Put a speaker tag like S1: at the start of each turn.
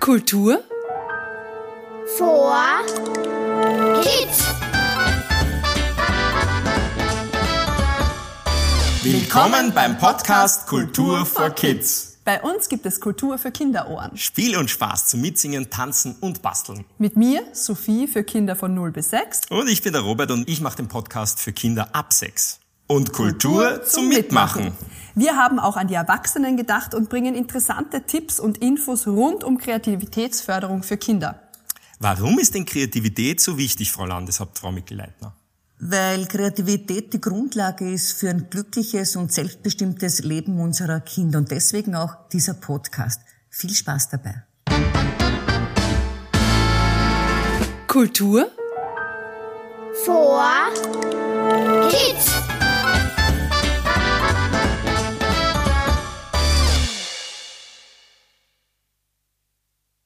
S1: Kultur
S2: vor Kids.
S3: Willkommen beim Podcast Kultur for Kids.
S1: Bei uns gibt es Kultur für Kinderohren.
S3: Spiel und Spaß zum Mitsingen, Tanzen und Basteln.
S1: Mit mir, Sophie, für Kinder von 0 bis 6.
S3: Und ich bin der Robert und ich mache den Podcast für Kinder ab 6. Und Kultur zum Mitmachen.
S1: Wir haben auch an die Erwachsenen gedacht und bringen interessante Tipps und Infos rund um Kreativitätsförderung für Kinder.
S3: Warum ist denn Kreativität so wichtig, Frau Landeshauptfrau Mikl-Leitner?
S4: Weil Kreativität die Grundlage ist für ein glückliches und selbstbestimmtes Leben unserer Kinder und deswegen auch dieser Podcast. Viel Spaß dabei.
S1: Kultur
S2: Vor Kids.